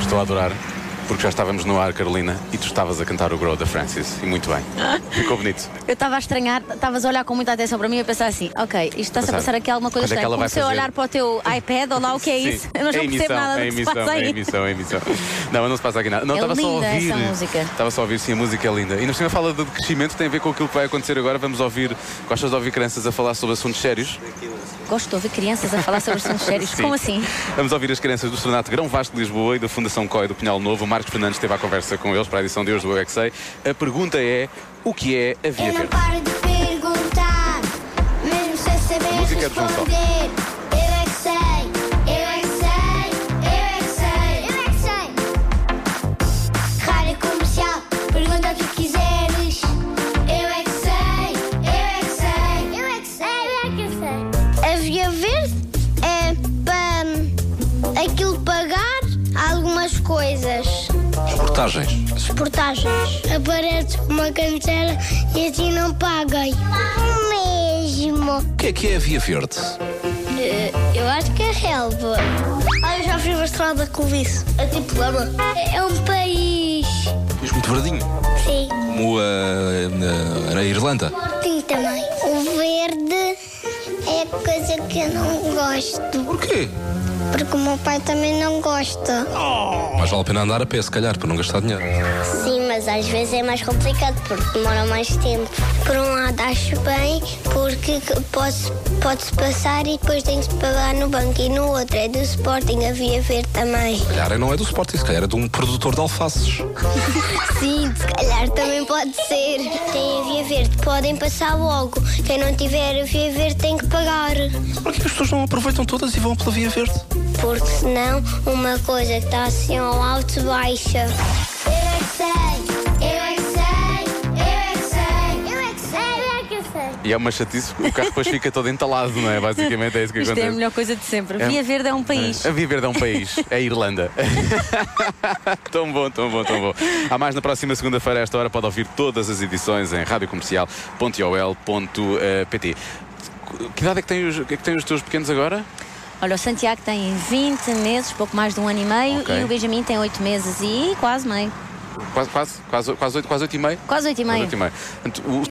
Estou a adorar. Porque já estávamos no ar, Carolina, e tu estavas a cantar o Grow da Francis. E muito bem. Ficou bonito. Eu estava a estranhar, estavas a olhar com muita atenção para mim e a pensar assim: ok, isto está-se a Passar. passar aqui alguma coisa Quando é que estranha. ela vai Comecei a fazer? olhar para o teu iPad, ou lá o que é isso. Sim. Eu não é percebo emissão, é nada do que se emissão, passa é aí. emissão, é emissão. Não, mas não se passa aqui nada. Não, É estava só a linda ouvir. essa música. Estava só a ouvir, sim, a música é linda. E na cima fala de crescimento, tem a ver com aquilo que vai acontecer agora. Vamos ouvir, gostas de ouvir crianças a falar sobre assuntos sérios? Gosto de ouvir crianças a falar sobre assuntos sérios. Sim. Como assim? Vamos ouvir as crianças do Serenato Grão Vasco de Lisboa e da Fundação COI do Pinhal Novo. O Marcos Fernandes esteve à conversa com eles para a edição de hoje do UXA. A pergunta é, o que é a Via Eu não Verde? paro de perguntar, mesmo sem saber Música de João Sol. responder. Eu é que sei, eu é que sei, eu é que sei, eu é que sei. Rádio comercial, pergunta o que quiseres. Eu é que sei, eu é que sei, eu é que sei, eu é que sei. A Via Verde é para aquilo pagar algumas coisas Reportagens. portagens. Aparece uma cancela e assim não paguem. Mesmo. O que é que é a Via Verde? Eu acho que é relva. Ah, eu já fiz uma estrada com isso. É tipo lama. É um país. És muito verdinho. Sim. Como a, na- na Irlanda. Sim, também. O verde é coisa que eu não gosto. Porquê? Porque o meu pai também não gosta. Mais vale a pena andar a pé, se calhar, para não gastar dinheiro. Sim, mas às vezes é mais complicado porque demora mais tempo. Por um lado acho bem porque pode-se passar e depois tem que se pagar no banco. E no outro é do Sporting, havia ver também. Se calhar não é do Sporting, se calhar é de um produtor de alfaces. Sim, se calhar também pode ser. Tem a via verde, podem passar logo. Quem não tiver a via verde tem que pagar. Porquê Então, que as pessoas não aproveitam todas e vão pela Via Verde? Porque senão uma coisa que está assim ao alto baixa. Eu é que sei, eu é que sei, eu é que sei, eu é que sei, eu é que sei. E é uma chatice, porque o carro depois fica todo entalado, não é? Basicamente é isso que Isto é a acontece. melhor coisa de sempre. Via Verde é um país. A Via Verde é um país, é a Irlanda. tão bom, tão bom, tão bom. Há mais na próxima segunda-feira, a esta hora, pode ouvir todas as edições em radiocomercial.ol.pt. Que idade é que, têm os, é que têm os teus pequenos agora? Olha, o Santiago tem 20 meses, pouco mais de um ano e meio, Ok. e o Benjamin tem 8 meses e quase meio. Quase, quase, quase, quase, oito, quase oito e meio? Quase 8 e Quase meio. oito e meio. Portanto, o-